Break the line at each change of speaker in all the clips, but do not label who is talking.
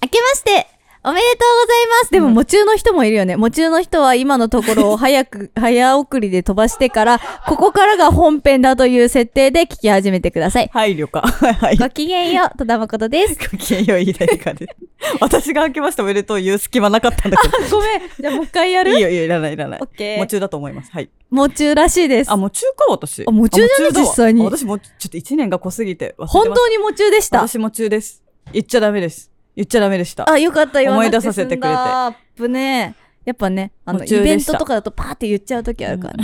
ましておめでとうございますでも、夢中の人もいるよね。夢中の人は今のところを早く、 早送りで飛ばしてから、ここからが本編だという設定で聞き始めてください。
配慮か。は いはい。
ごきげんよう、戸田誠です。
ごきげんよう、いいですかです。私が開けましたおめでとう言う隙間なかったんだけど。
ごめん。じゃあもう一回や
いいよ、いいよ、いらない、いらない。
オッケー
夢中だと思います。はい。
夢中らしいです
あ、。夢中か、私。
あ夢中じゃない
あ夢だわ
実際に
私も、ちょっと1年が濃すぎて忘れてます。
本当に夢中でした。
私夢中です。言っちゃダメです。言っちゃダメでした。
あ、よかった、言わなく
思い出させてくれて
済んだアップね。やっぱね、あの、
夢
イ
中
ベ
で
ン
した
トとかだとパーって言っちゃうときあるからね。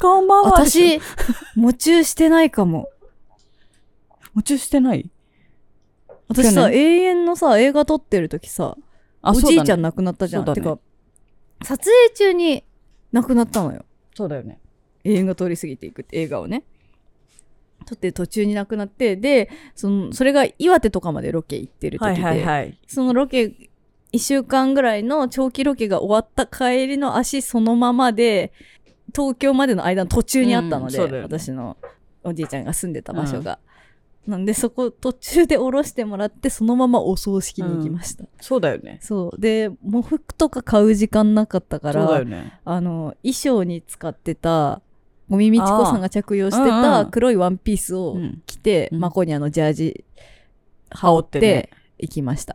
こんばんは。
私、夢中してないかも。
夢中してない
私
去
さ、
年
永遠のさ、映画撮ってるときさ、
あ、
お
そうだ
じ
ね
いちゃん亡くなったじゃん。
そう
て
だね
か、撮影中に亡くなったのよ。
そうだよね。
映画通り過ぎていくって映画をね。撮ってる途中に亡くなって、で、その、それが岩手とかまでロケ行ってる
は
時
い
で、
はいはい。
そのロケ、一週間ぐらいの長期ロケが終わった帰りの足そのままで、東京までの間の途中にあったので、
うんそうだよね
私のおじいちゃんが住んでた場所が。なんで、そこ途中で降ろしてもらって、そのままお葬式に行きました。
そうだよね。
そう。で、喪服とか買う時間なかったか
そうだよ
ら、
ね。
あの、衣装に使ってた、ゴミみちこさんが着用して
あーうん
た
うん
黒いワンピースを
うん
着て、
うん
マコニャのジャージ
羽織っ
で
てね。
行きました。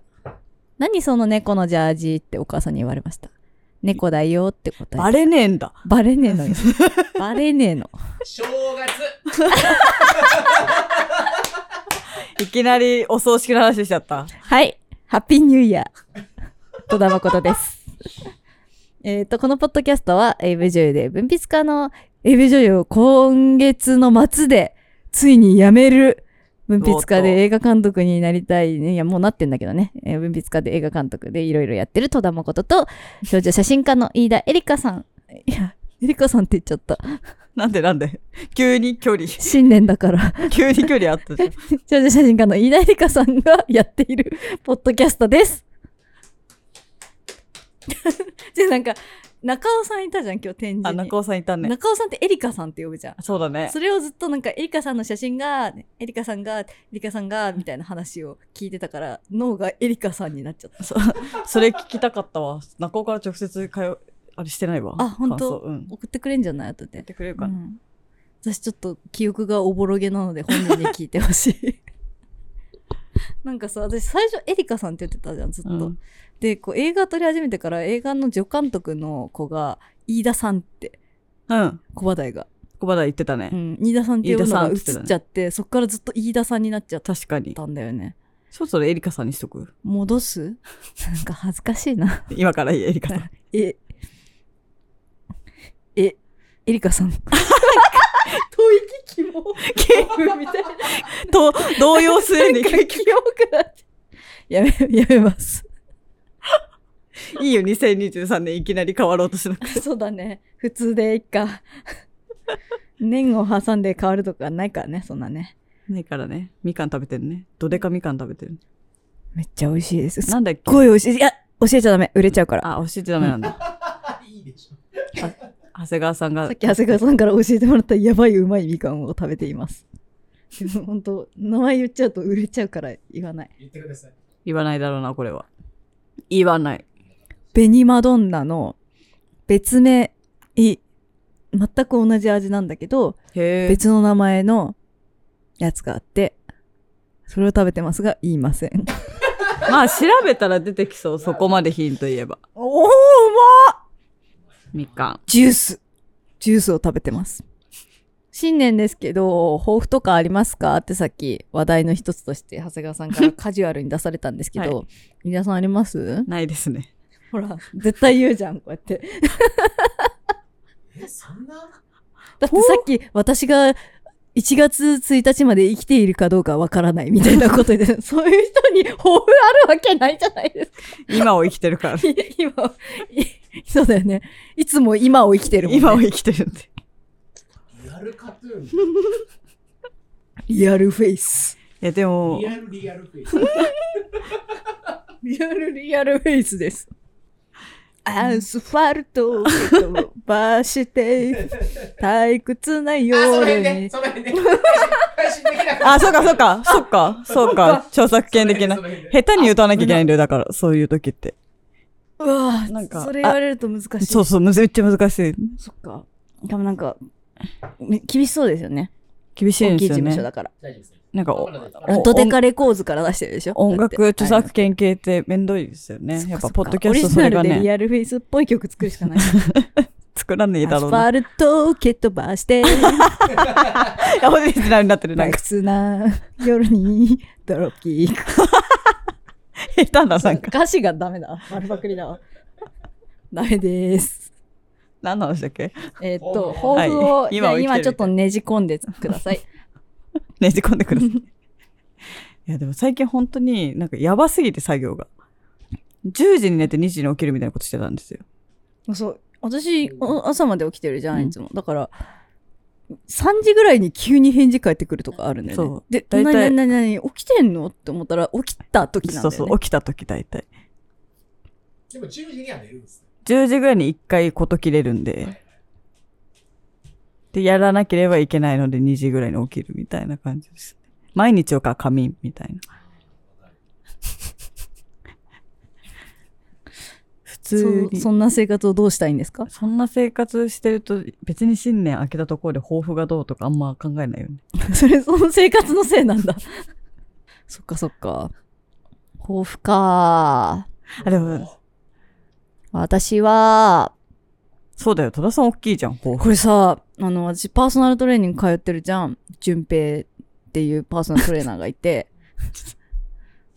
何その猫のジャージってお母さんに言われました。猫だよって答え
バレねえんだ。
バレねえの よ。バレねえの。
正月
いきなりお葬式の話しちゃった。
はい。ハッピーニューイヤー。 戸田誠です。えっと、このポッドキャストは、エイブ女優で文筆家のエイブ女優を今月の末で、ついに辞める。文筆家で映画監督になりたい、ね。いや、もうなってんだけどね。えー文筆家で映画監督でいろいろやってる戸田誠と、表情写真家の飯田エリカさん。いや、エリカさんって言っちゃった。
なんでなんで急に距離。
新年だから。
急に距離あったじゃん。
少女写真家の飯田絵梨香さんがやっている ポッドキャストです。 じゃあなんか、中尾さんいたじゃん、今日展示に。
あ、中尾さんいたね。
中尾さんってエリカさんって呼ぶじゃん。
そうだね。
それをずっとなんか、エリカさんの写真が、エリカさんが、エリカさんが、みたいな話を聞いてたから、脳がエリカさんになっちゃった。
それ聞きたかったわ。中尾から直接通う、あれしてないわ。
あ本当
感想うん。
送ってくれんじゃない後
やっ
で。
てくれる
う
かな。
ん、私ちょっと記憶がおぼろげなので本人に聞いてほしい。 なんかさ、私最初エリカさんって言ってたじゃん、ずっと。
うん
でこう映画撮り始めてから映画の助監督の子が飯田さんって
うん。
小話題が、
小原言ってた
う
ね。
ん、飯田さんっていうのが映っ
飯田さんって言ってたね
ちゃってそっからずっと飯田さんになっちゃっ
確かに。
たんだよね
そろそろエリカさんにしとく。
戻 すなんか恥ずかしいな
今からエ リカさん。
ええエリカさん
キモ。ゲームみ たいな。と、動揺するに。
やめやめます
いいよ、2023年いきなり変わろうとしなくて。
そうだね普通でいい か年を挟んで変わるとかないからねそんなね
ないからね。みかん食べてるね。どでかみかん食べてる。
めっちゃ美味しいですすっ
なんだっけ
ごい美味しいいや教えちゃダメ売れちゃうから
あ、教えてダメな んだ。
いいでしょ。
長谷川さんが
さっ。き長谷川さんから教えてもらったやばいうまいみかんを食べています。 でも本当名前言っちゃうと売れちゃうから言わない。
言ってください。
言わないだろうな、これは。言わない。
ベニマドンナの別名い全く同じ味なんだけど
へえ。
別の名前のやつがあってそれを食べてますが言いません。
まあ、調べたら出てきそう。そこまでヒント言えば。
おおうま
みか
ジュースジュースを食べてます。新年ですけど抱負とかありますかってさっき話題の一つとして長谷川さん からカジュアルに出されたんですけど、皆さんあります
ん。ないですね。
ほら、絶対言うじゃん、こうや って。
え、そんな
だってさっき、私が1月1日まで生きているかどうかわからないみたいなことで、 そういう人に抱負あるわけないじゃない ですか。
今を生きてるから。
今、いそうだよね。いつも今を生きてるもん、ね。
今を生きてるんで。
リアルカトゥー
リアルフェイス。
いや、で
ン。
も
リ、アルリアルフェイス。
リアルリアルフェイスです。アスファルトを飛ばして、退屈な
あ、その
夜
辺ね。
に。
その辺ね。配信できなかった。
あ、そうか、そうか、そうか、そうか、著作権できない
そ。の辺ね
下手に歌わなきゃいけないんだよ、だから、そういう時って。
うわ
なんか
それ言われると難しい。
そうそう、むずめっちゃ難しい。
そっか。でもなんか、め厳しそうですよね。
厳しい
大
ん
きい事
ですよ
務所
ね。
だから。
大丈夫ですね。
なんかお、
お
ドデカレコーズから出してるでしょ
音楽著
権
作権系ってめんどいですよね。やっぱ、ポッドキャストそれが
オリジナルでリ
ね、
アルフェイスっぽい曲作るしか ない。
作らねえ
ア
だ
スフ
ろうな。
ァルトを蹴っ飛ば して、
い やオリジナルになってる、なん
退
か、
屈な夜にドロッキー。
下手だ、なんか。
歌詞がダメだ。丸パクリだわ。ダメです。
何の話だっけ
えーっと、抱
抱
負
負
を、
はい
じゃあ
今を生きてるみたい
今ちょっとねじ込んでください。
ねじ込んでください。いや、でも最近本当になんかやばすぎて作業が。10時に寝て2時に起きるみたいなことしてたんですよ。
そう。私、お朝まで起きてるじゃ
うん
ん、いつも。だから、3時ぐらいに急に返事返ってくるとかあるんだよね。
そう
で、な
大
に
体
なになになに起きてんのって思ったら、起きた時なんだ
そ
よ
う
ね。
そう、起きた時大体。
でも10時には寝るんですね。
10時ぐらいに1回こと切れるんで、で、やらなければいけないので2時ぐらいに起きるみたいな感じです。毎日をか仮眠みたいな。 普通
そう
に。
そんな生活をどうしたいんですか
そんな生活してると別に新年明けたところで抱負がどうとかあんま考えないよね。
それ、その生活のせいなんだ。そっかそっか。抱負か。
あ、でも、
私は、
そうだよ。戸田さん大きいじゃん、抱負。
これさ、あの、私パーソナルトレーニング通ってるじゃん。淳平っていうパーソナルトレーナーがいて。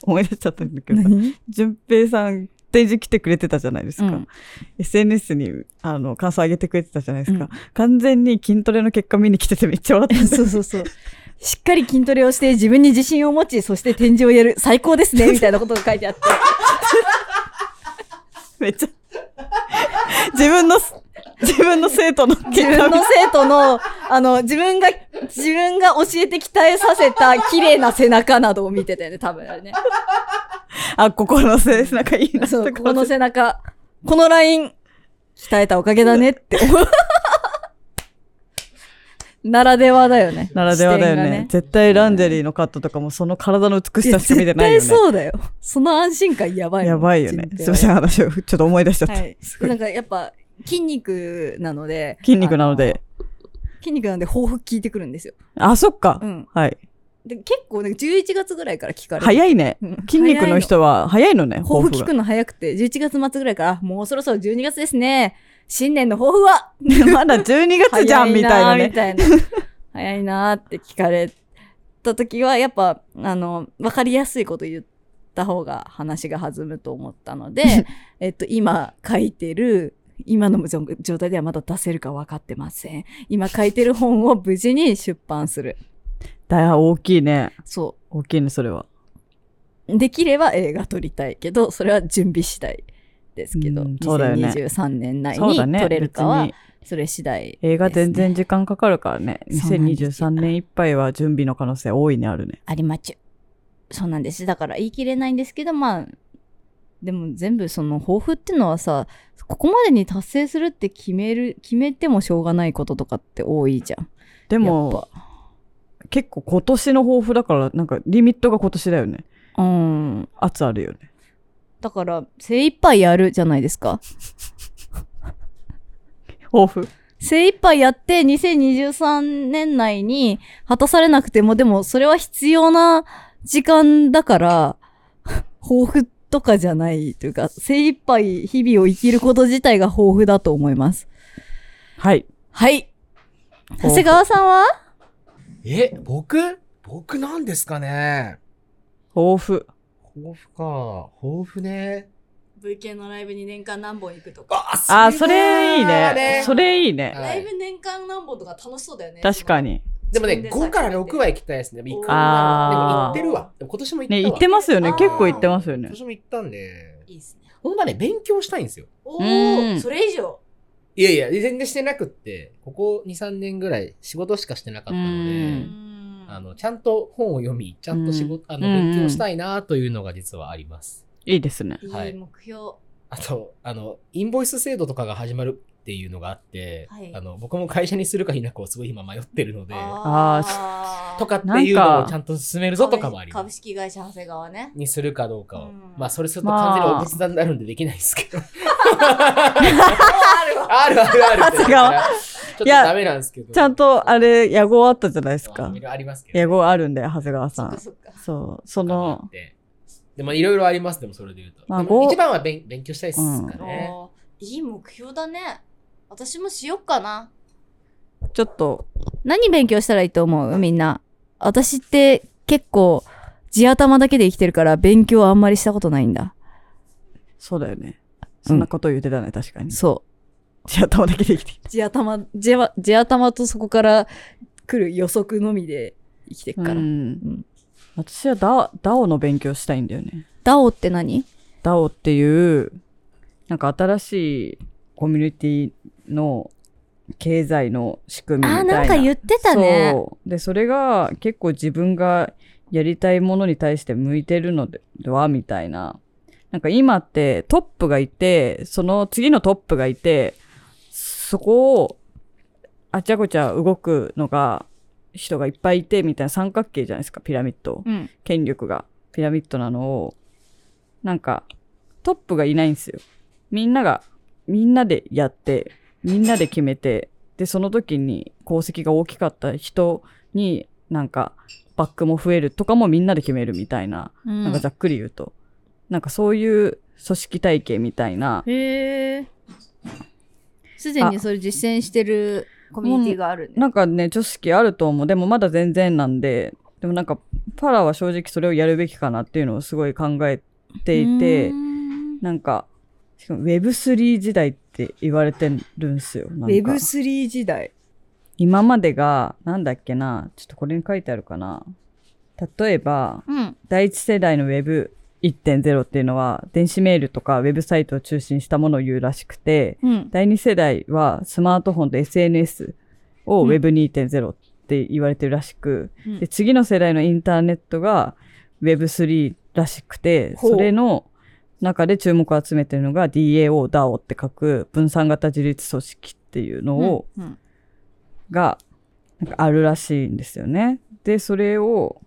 思い出しちゃったんだけどさ。淳平さん、展示来てくれてたじゃないですか。
うん
SNS に、あの、感想上げてくれてたじゃないですか。
うん
完全に筋トレの結果見に来ててめっちゃ笑 ったんだよ
そうそうそう。しっかり筋トレをして自分に自信を持ち、そして展示をやる。最高ですね。みたいなことが書いてあって。
めっちゃ。自分の、自分の生徒の結
自
果
分の生徒の、あの、自分が、自分が教えて鍛えさせた綺麗な背中などを見てたよね。多分あれね。
あ、ここのせ、なんかいいな。
そう、
と
この背中、このライン、鍛えたおかげだねって思う。 ならではだよね。
ならではだよね
視点がね
絶対ランジェリーのカットとかもその体の美しさしか見てないよね。
絶対そうだよ。その安心感やばいもん
やばいよね。
人
す
生
い
は
ません、話をちょっと思い出しちゃった。
はい。
す
で
ごい
なんかやっぱ、筋肉なので。
筋肉なので。
あの。筋肉なんで抱負聞いてくるんですよ。
あそっか、
うん。
はい。
で、結構ね、11月ぐらいから聞かれる。
早いね。
うん
筋肉の人は早いのね、
抱
抱
負
負
聞
が。
くの早くて、11月末ぐらいから、あもうそろそろ12月ですね。新年の抱負 は
まだ12月じゃんみたいな
早いなー
ね。
みたいな早いなーって聞かれた時は、やっぱ、あの、わかりやすいこと言った方が話が弾むと思ったの で、えっと、今書いてる、今の状状態ではまだ出せるか分かってません。今書いてる本を無事に出版する。
だい大きいね。
そ
大きいね、それは。
う。できれば映画撮りたいけど、それは準備次第ですけど、
うんそうだよね
2023年内
そう
に
だね。
撮れるか
別
は
に、
それ次第、
映画全。然時間かかるからね。
そうなんです
2023年いっぱいは準備の可能性多いね、あるね。
ありまちゅ。そうなんです。だから言い切れないんですけど、まあ、でも全部その抱負ってのはさ、ここまでに達成するって決める、決めてもしょうがないこととかって多いじゃん。
で
やっ
も、結構今年の抱負だから、なんかリミットが今年だよね。
ぱ。うん。
圧あるよね。
だから、精一杯やるじゃないですか。
抱負
精一杯やって、2023年内に果たされなくても、でもそれは必要な時間だから、抱負とかじゃないというか、精一杯日々を生きること自体が抱負だと思います。
はい。
はい。
抱負
長谷川さんは
え、僕僕なんですかね
抱負。
抱負か。抱負ね。
?VK のライブに年間何本行くと。
あ、
あ、それいいね。それいい
は
ね。
いライブ
年間何本とか楽しそうだよね
確か。に。
でもね、5から6は行きたいですね。でも行く
あー
でも行ってるわ。でも今年も行った
ね、
わ。
行ってますよね。
あー
結構行ってますよね
今。年も行ったんで。
いいですね。
ほんまね、勉強したいんですよ。
お
ーうんそ
れ以上。
いやいや、全然してなくって、ここ2、3年ぐらい仕事しかしてなかったの
う
で、
ん
あの、ちゃんと本を読み、ちゃんと仕事、あの、
うん
勉強したいなというのが実はあります。
いいですね。
はい
目標。
あと、あの、インボイス制度とかが始まるっていうのがあって、
はい
あの、僕も会社にするか否かをすごい今迷ってるので、
あー
とかっていうの
な
を
んか
ちゃんと進めるぞとかもありま
株
す。
式会社長谷川ね。
にするかどうかを。
うん
まあ、それすると完全にお仏壇になるんでできないですけど。
あるわ。
あるあるあるって言ったら。ちょっと
いや
ダメなんですけど。
ちゃんと、あ
れ
れ、野号あったじゃないですか
い。ろいろありますけど。
野号あるんだよ、長谷川さ
そっかそ
ん。
っか。
そう、そ
あっ
の、
て。でも、いろいろあります、でも、それで言うと。
まあ
でも
ご
一番は勉勉強したいですかね。
おーいい目標だね。私もしよっかな。
ちょっと、
何勉強したらいいと思うみんな。私って結構地頭だけで生きてるから勉強あんまりしたことないんだ。
そうだよね。そんなことを言ってたね、確かに。
そ
じゃあ、頭だけで生きてき
う。地頭、地は地頭とそこから来る予測のみで生きて
た
くから。
うん私はダ、ダオの勉強したいんだよね。
ダオって何
ダオっていう、なんか新しいコミュニティの経済の仕組みみた
あー、
いな。
なんか言ってたね。
そう。で、それが結構自分がやりたいものに対して向いてるのではみたいな。なんか今ってトップがいて、その次のトップがいて、そこをあちゃこちゃ動くのが人がいっぱいいてみたいな三角形じゃないですか、ピラミッド。
うん。
権力がピラミッドなのを、なんかトップがいないんですよ。みんなが、みんなでやって、みんなで決めて、で、その時に功績が大きかった人に、なんかバックも増えるとかもみんなで決めるみたいな、なんかざっくり言うと、なんかそういう組織体系みたいな、
へえ。すでにそれ実践してるコミュニティがあるね。
なんかね、組織あると思う。でもまだ全然なんで、でもなんか、パラは正直それをやるべきかなっていうのをすごい考えていて、なんか、しかも Web3 時代って言われてるんすよ。なんか
Web3 時代。
今までが、なんだっけな、ちょっとこれに書いてあるかな。例えば、
うん。
第一世代の Web1.0 っていうのは、電子メールとかウェブサイトを中心にしたものを言うらしくて、
うん。
第二世代はスマートフォンと SNS を
うん
Web2.0 って言われてるらしく、
うん
で次の世代のインターネットが Web3 らしくて、
ほう
それの中で注目を集めてるのが DAO、DAO って書く分散型自立組織っていうのを、
うん
がなんかあるらしいんですよね。で、それを、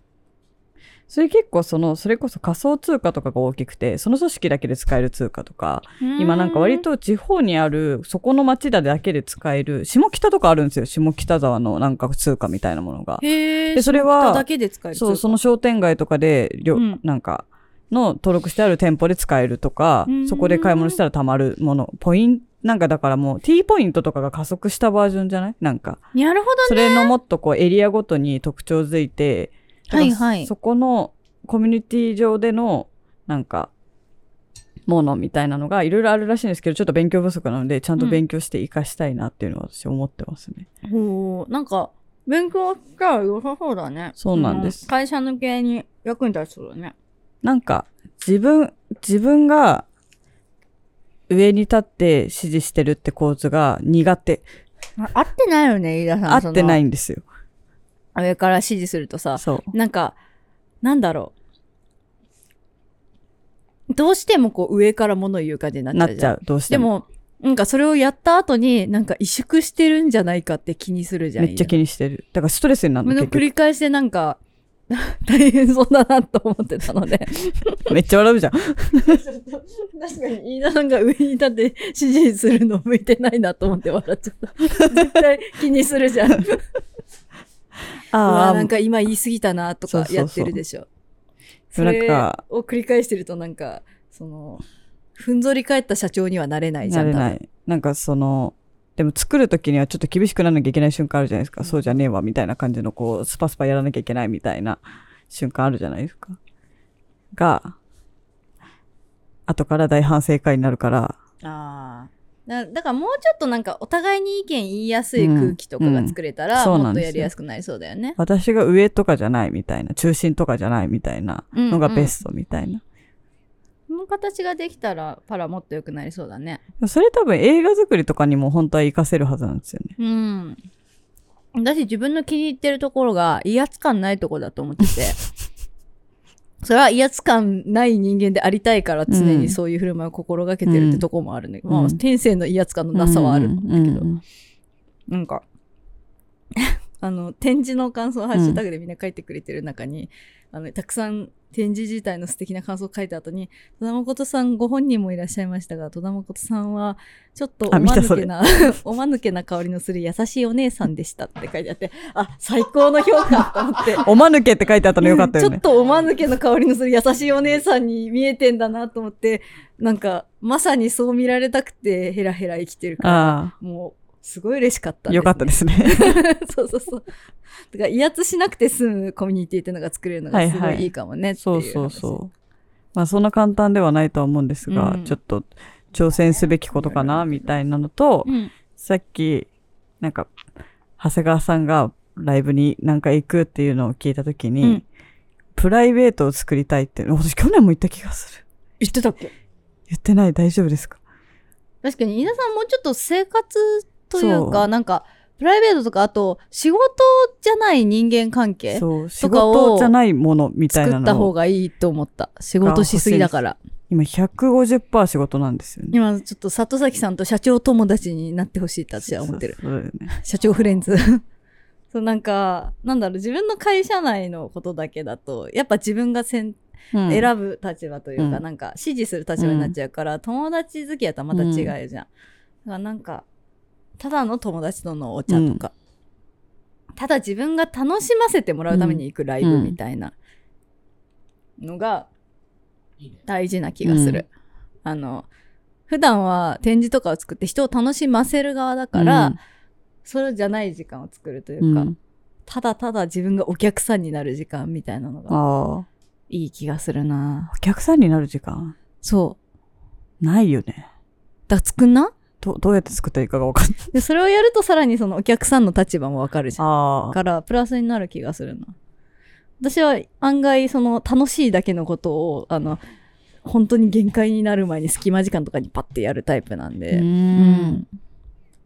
それ結構その、それこそ仮想通貨とかが大きくて、その組織だけで使える通貨とか、今なんか割、と地方にあるそこの町だだけで使える下北とかあるんですよ下北沢のなんか通貨みたいなものが
へえ。
でそれ
下
は
だけで使える。
そうその商店街とかでりょ、
うん
なんかの登録してある店舗で使えるとか
うん
そこで買い物したら貯まるものポイントなんかだからもう T ポイントとかが加速したバージョンじゃないなんか
なるほ
それのもっとこうエリアごとに特徴づいて
ど。はいはい。
そこのコミュニティ上でのなんかものみたいなのがいろいろあるらしいんですけどちょっと勉強不足なのでちゃんと勉強して活かしたいなっていうのは私思ってますね。
ほう。なんか、勉強したら良さそうだね。
そうなんです
会社の経営に役に立ちそうだね。
なんか自分自分が上に立って指示してるって構図が苦手
あ合ってないよね、飯田さん。。
合ってないいんですよ。
上から指示するとさ、
そう
なんか、なんだろう。どうしてもこう上から物言う感じになっちゃ
な
う
っ
じゃん。
ちゃうどうして
で
も
も、なんかそれをやった後に、なんか萎縮してるんじゃないかって気にするじゃん。
めっちゃ気にしてるだからストレスになるの
の
結
繰
局
り返しでなんか、 大変そうだなと思ってたので。
めっちゃ笑うじゃん。
確かに、飯田さんが上に立って指示するの向いてないなと思って笑っちゃった。絶対気にするじゃん。う
あ
わ
あ
なんか今言い過ぎたなと
そう
か
そうそ
や
う
ってるでしょ。
そ
そう
なん
れ
か
を繰り返してるとなんか、その、ふんぞり返った社長にはなれないじゃ。。
なんれないい。なんかその、でも作るときにはちょっと厳しくならなきゃいけない瞬間あるじゃないですか。
うん
そうじゃねえわ、みたいな感じの、こう、スパスパやらなきゃいけないみたいな瞬間あるじゃないですか。が、後から大反省会になるから、
ああ。だだからもうちょっとなんかお互いに意見言いやすい空気とかが作れたら、
うんうん
もっとやりやすくなりそうだよね。
私が上とかじゃないみたいな、中心とかじゃないみたいなのがベストみたいな。
この形ができたらパラもっと良くなりそうだね。
でもそれ多分映画作りとかにも本当は活かせるはずなんですよね。
うん。私自分の気に入ってるところが威圧感ないところだと思ってて。 それは威圧感ない人間でありたいから常
う
に
ん
そういう振る舞いを心がけてるってとこもあるんだけど、
うん
まあ天性の威圧感のなさはあるんだけど、
うん
なんか あの展示の感想をハッシュタグでみんな書いてくれてる中に、あのたくさん展示自体の素敵な感想を書いた後に戸田誠さんご本人もいらっしゃいましたが戸田誠さんはちょっとお
あ見
ま
た
ぬ
そ
け
れ
な おまぬけな香りのする優しいお姉さんでしたって書いてあってあ最高の評価と思って
おまぬけって書いてあったのよかったよ
ちょ
ね
っ。とおまぬけの香りのする優しいお姉さんに見えてんだなと思って、なんか、まさにそう見られたくてヘラヘラ生きてるから、
あ
もう、すごい嬉しかった
あ、よかったですね。
ね。 そうそうそう。だから、威圧しなくて済むコミュニティっていうのが作れるのがすご
はいはい
いいいかもねっていう
そう
話
そうそう。まあそんな簡単ではないとは思うんですが、
うん
ちょっと挑戦すべきことかな、みたいなのと、
うん。
さっき、なんか、長谷川さんがライブに何か行くっていうのを聞いたときに、
うん
プライベートを作りたいって、私去年も言った気がする。
言ってたっけ
言ってない大丈夫ですか
確かに、稲田さんもうちょっと生活という
そ
か、
う
なんか、プライベートとか、あと、仕事じゃない人間関係
そう、仕
とかを
事じゃないものみたい
作
な
った
の
方
を、
がいいと思った。仕事しすぎだから。
今150%仕事なんですよね。
今ちょっと里崎さんと社長友達になってほしいって私は思ってる。
そうそうそうだよね
社長フレンズ。 そうなんか、なんだろう、自分の会社内のことだけだと、やっぱ自分がせん、
うん
選ぶ立場というか、
うん
なんか支持する立場になっちゃうから、友達付き合ったらまた違うじゃん。だからなんか、ただの友達とのお茶とか、ただ自分が楽しませてもらうために行くライブみたいなのが
いいね。
大事な気がする。あの、普段は展示とかを作って人を楽しませる側だから、それじゃない時間を作るという
うん
か、
うん
ただただ自分がお客さんになる時間みたいなのが
ああ、
いい気がするな
お客さんになる時間
そう。
ないよね。
だ、作んな
どどうやって作ったらいいかが分かんない。
で、それをやるとさらにそのお客さんの立場もわかるじゃん。
あ
だ
あ、
から、プラスになる気がするな。私は案外、その、楽しいだけのことを、あの、本当に限界になる前に隙間時間とかにパッてやるタイプなん
う。
で、うん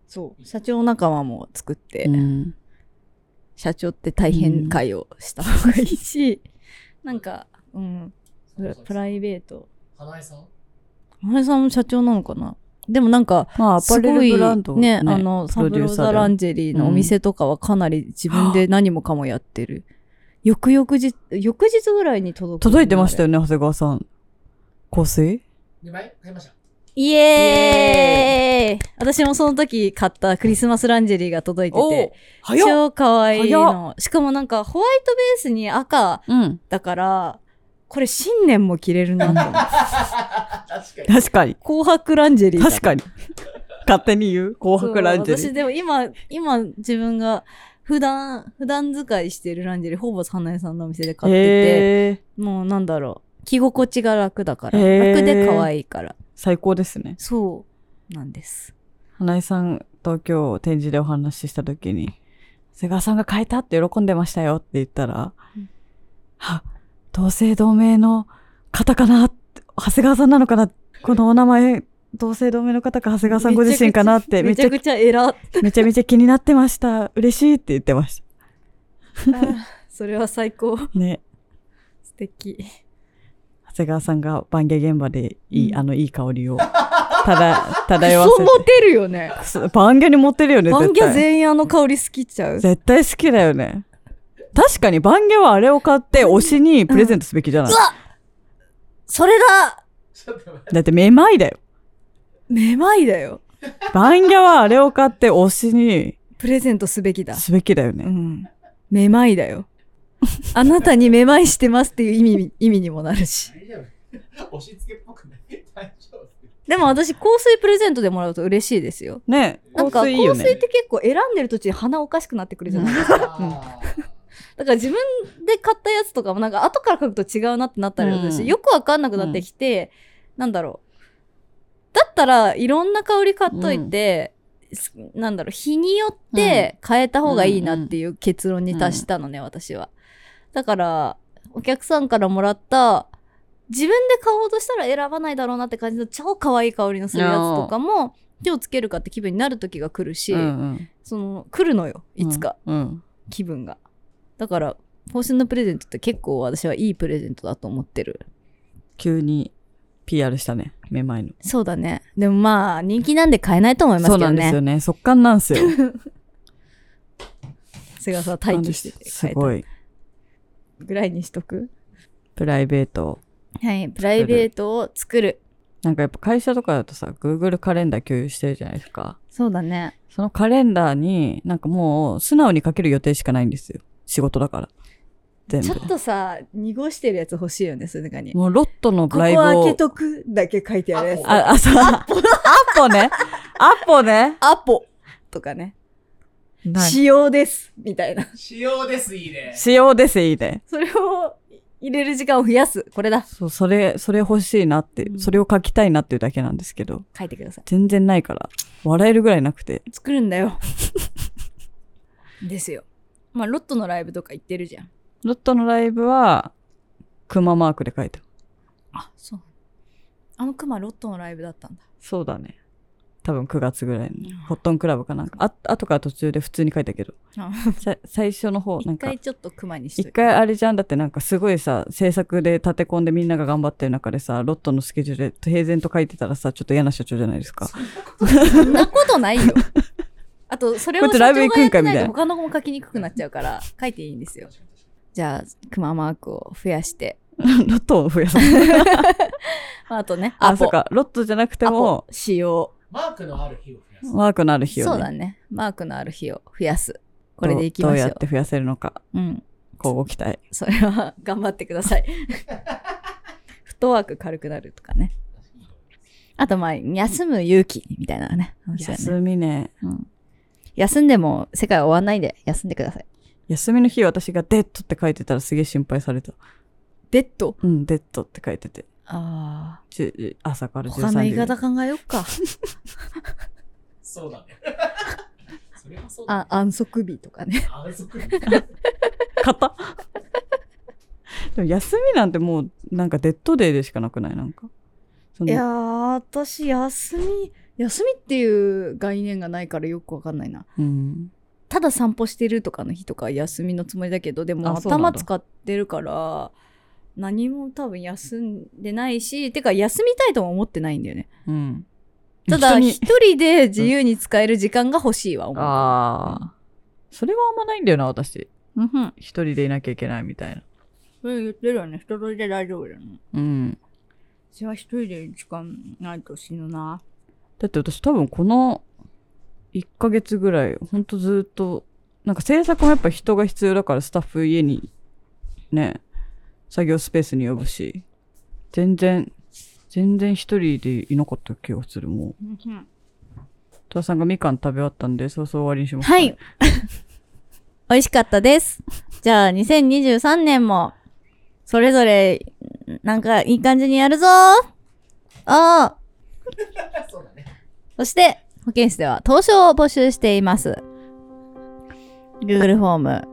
そう。社長仲間も作って、
うん
社長って大変会をした方がいいし、なんか、うん、それプライベート。
花江さん
花井さんも社長なのかなでもなんか、
まあ、アパ
す
レ
ご
ル
い
ブランド
ね、あの、
プ
サ
ロ
ブ
デュ
ロ
ーサー
ザ
であ
ラ
る
ンジェリーのお店とかはかなり自分で何もかもやってる。翌々日、翌日ぐらいに届く。
届いてました
よ。
よね、長谷川さん。香水
2枚買いま した。
イエーイ私もその時買ったクリスマスランジェリーが届いてて、
っ
超可愛い
早
の。しかもなんかホワイトベースに赤
うん。
だから、これ新年も着れるなと思って。
確かに。
確かに。
紅白ランジェリーだ
確かに。勝手に言う紅白ランジェ
そう私
リー。
でも今、今自分が普段、普段使いしてるランジェリー、ほぼ花屋さんのお店で買ってて、
えー
もうなんだろう、着心地が楽だから、
へー
楽で可愛いから。
最高ですね。
そう、なんです。
花井さんと今日展示でお話しした時に、長谷川さんが変えたって喜んでましたよって言ったら、
うん
あ、同姓同名の方かなって長谷川さんなのかなこのお名前、同姓同名の方か長谷川さんご自身かなって、め
め
ち
ちゃ
ゃ
くちゃ偉 っ。
めちゃめちゃ気になってました。嬉しいって言ってまし
それは最高。
た。ね。
素敵。
長谷川さんが番芸現場でいい、
うん
あのいい香りをただ漂わ
そうモ
せ
テるよね。
て。番芸に持ってるよね、
バン
絶
ギャ
対。
全員あの香り好きちゃう。
絶対好きだよね。確かに番芸はあれを買って推しにプレゼントすべきじゃない、
それだ
ちょっと待って。
だってめまいだよ。
めまいだよ。
番芸はあれを買って推しに
プレゼントすべきだ。
すべきだよね。
うん。めまいだよ。あなたにめまいしてますっていう意味に意味にもなるし。
大丈夫。押し付けっぽくない大丈夫。
でも私、香水プレゼントでもらうと嬉しいですよ。
ね
なん
香
か香
水いいよ
水っ
ね。
て結構選んでる途中に鼻おかしくなってくるじゃないです か。
あー
だから自分で買ったやつとかもなんか後から書くと違うなってなったりするし、
うん
よくわかんなくなってきて、なんだろう。だったらいろんな香り買っといて、すなんだろう、日によって変えた方がいいなっていう結論に達したのね、私は。だから、お客さんからもらった、自分で買おうとしたら選ばないだろうなって感じの超可愛い香りのするやつとかも、今日つけるかって気分になる時が来るし、
うんうん
その、来るのよ、いつか。
うん。
気分が。だから、方針のプレゼントって結構私はいいプレゼントだと思ってる。
急に PR したね、めまいの。
そうだね。でもまあ、人気なんで買えないと思います
そう
け
な
ど
んですよ
ね。
ね。速乾なんですよ。
それがさ、 待機してて
す
買えた
ごい。
ぐらいにしとく。
プライベート。
はい。プライベートを作る。
なんかやっぱ会社とかだとさ、Google カレンダー共有してるじゃないですか。
そうだね。
そのカレンダーに、なんかもう素直に書ける予定しかないんですよ。仕事だから。全
ち
部
ょ。っとさ、濁してるやつ欲しいよね、そういう中に。こ
もうロットの
こ
ライブを。
開けとくだけ書いてあるやつ。
あ、あ、そう。アポね。アポね。
アポとかね。
し
使用です。みたいな。
仕様です、いいね。
仕様です、いいね。
それを入れる時間を増やす。これだ。
そう、それ、それ欲しいなって、
うん
それを書きたいなっていうだけなんですけど、
書いてください。
全然ないから、笑えるぐらいなくて。
作るんだよ。ですよ。まあ、ロットのライブとか行ってるじゃん。
ロットのライブは、クママークで書いてる。
あ、そう。あのクマロットのライブだったんだ。
そうだね。多分9月ぐらいの、
うん
ホットンクラブかなんか。あ、あとから途中で普通に書いたけど
あ。
さ 最初の方、
一
なんか
回、ちょっとクマにしと
一
いて。
回あれじゃんだってなんかすごいさ制作で立て込んでみんなが頑張ってる中でさロットのスケジュールで平然と書いてたらさちょっと嫌な社長じゃないですか
そんなことない よ。あと、それを
こい
社長
つラ
が
イブ
や
行くん
っ
か
て
み
な
た
いいと
な
他の子も書きにくくなっちゃうから、書いていいんですよ。じゃあ、クママークを増やして。
ロットを増やさない
まあ、あとね、ア
あ
ポ
そう。かロットじゃなくて
アポ
も、
使用。
マークのある日を増 やす。
マークのある日を、ね、
そうだね。マークのある日を増やす。これでいき
ど
ま
う
し
や
ょ
っ
う。
て増やせるのか
うん。
交互期待
それは頑張ってください。 フットワーク軽くなるとかね。あとまあ、休む勇気みたいなね。話だよね
休みね
うん、休んでも世界は終わんないんで休んでください。
休みの日私が「デッド」って書いてたらすげえ心配された
デッド
うん「デッド」って書いてて
ああ。
じゅ朝から13時
他の言い方考えよっか。
そうだ ね。それはそうだ、ね
あ、。安息日とかね。
あ、そっか。
方 でも休みなんてもうなんか「デッドデー」でしかなくないなんかそ
い
の
やー、私休み、休みっていう概念がないからよくわかんないな。
うん
ただ散歩してるとかの日とかは休みのつもりだけどでも
あそうなん
頭
だ
使ってるから何も多分休んでないしてか休みたいとも思ってないんだよね
うん。
ただ
人に
一人で自由に使える時間が欲しいわ思う、
ああ。それはあんまないんだよな、私。
うんうん、
一人でいなきゃいけないみたいな。
それ言ってるよね一人で大丈夫だよね
うん。
私は一人で時間ないと死ぬな
だって私多分この1ヶ月ぐらい、ほんとずっと、なんか制作もやっぱ人が必要だからスタッフ家にね、作業スペースに呼ぶし、全然、全然一人でいなかった気がする、もう。戸田さんがみかん食べ終わったんで、そうそう終わりにしますか
は
ね、
い美味しかったですじゃあ2023年もそれぞれなんかいい感じにやるぞーああ
そうだね。
そして、保健室では投書を募集しています。Google フォーム、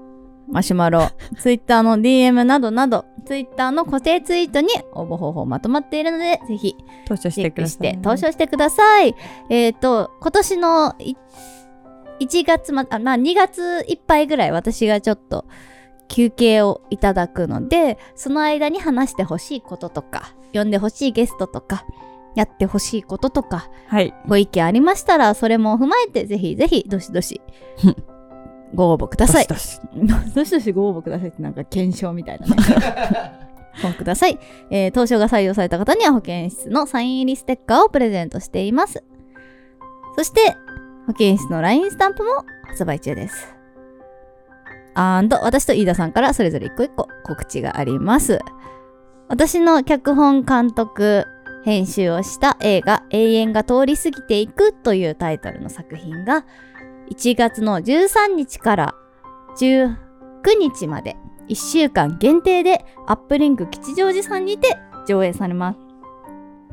マシュマロ、Twitter の DM などなど、Twitter の固定ツイートに応募方法まとまっているので、ぜひ
投書し
チェ
て
ッ
く
ク
だ
し
さい
て、。投書してください。えっ、と、今年のい1月ま、あまあ、2月いっぱいぐらい私がちょっと休憩をいただくので、その間に話してほしいこととか、呼んでほしいゲストとか、やってほしいこととか、
はい。
ご意見ありましたら、それも踏まえて、ぜひぜひ、どしど し、ご応募ください。
どしどし
どしどしご応募くださいって、なんか検証みたいなね。ご応募ください。えー、当初が採用された方には、保健室のサイン入りステッカーをプレゼントしています。そして、保健室の LINE スタンプも発売中です。あー私と飯田さんからそれぞれ一個一個告知があります。私の脚本監督、編集をした映画「永遠が通り過ぎていく」というタイトルの作品が1月の13日から19日まで1週間限定でアップリンク吉祥寺さんにて上映されます。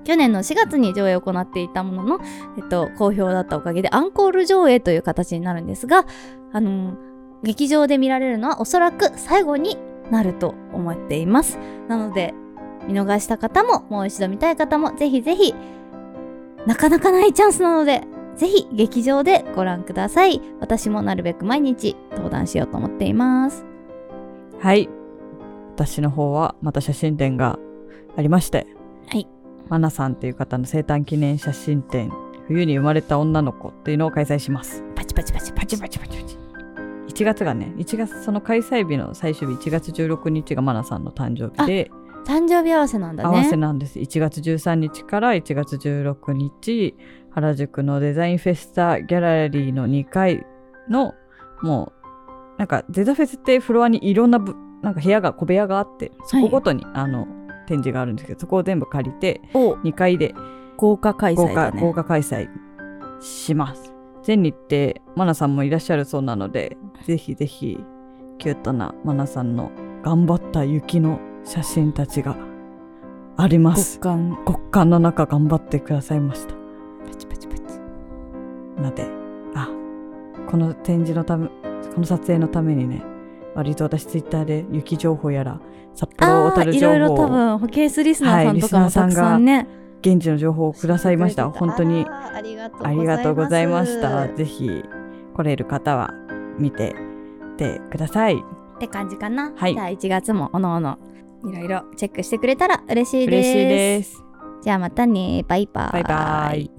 去年の4月に上映を行っていたものの、えっと、好評だったおかげでアンコール上映という形になるんですが、あの劇場で見られるのはおそらく最後になると思っています。なので、見逃した方ももう一度見たい方もぜひぜひなかなかないチャンスなのでぜひ劇場でご覧ください私もなるべく毎日登壇しようと思っています
はい。私の方はまた写真展がありまして。
はい。
マナさんっていう方の生誕記念写真展、冬に生まれた女の子っていうのを開催します。
パチパチパチパ
パチパチパチパチ。1月がね、1月、その開催日の最終日、1月16日がマナさんの誕生日で、
誕生日合わせなんだ
合わせ
ね。
なんです。1月13日から1月16日、原宿のデザインフェスタギャラリーの2階の、もう、なんかデザフェスってフロアにいろんなぶ、なんか部屋が、小部屋があって、そこごとに、あの、展示があるんですけど、そこを全部借りて、
お
2階で
豪華開
豪
催だ
華、
ね。
豪華開催します。全日ってマナさんもいらっしゃるそうなので、ぜひぜひ、キュートなマナさんの頑張った雪の写真たちがあります。
感。
極寒の中頑張ってくださいました。
パチパチパチ。
ので、あ、この展示のため、この撮影のためにね、割と私ツイッターで雪情報やら、札幌
あ
小
あ、
樽
い
情
ろいろ
報
多分、保健室リスナーさんとかもたくさんね。
現地の情報をくださいました。本当に
あーありがとうござ
あ
います。
りがとうございました。ぜひ来れる方は見てってください。
って感じかな。
はい
じゃあ1月もおのおのいろいろチェックしてくれたら嬉しいです。
嬉しいです。
じゃあまたね。バイバイ。
バイバイ。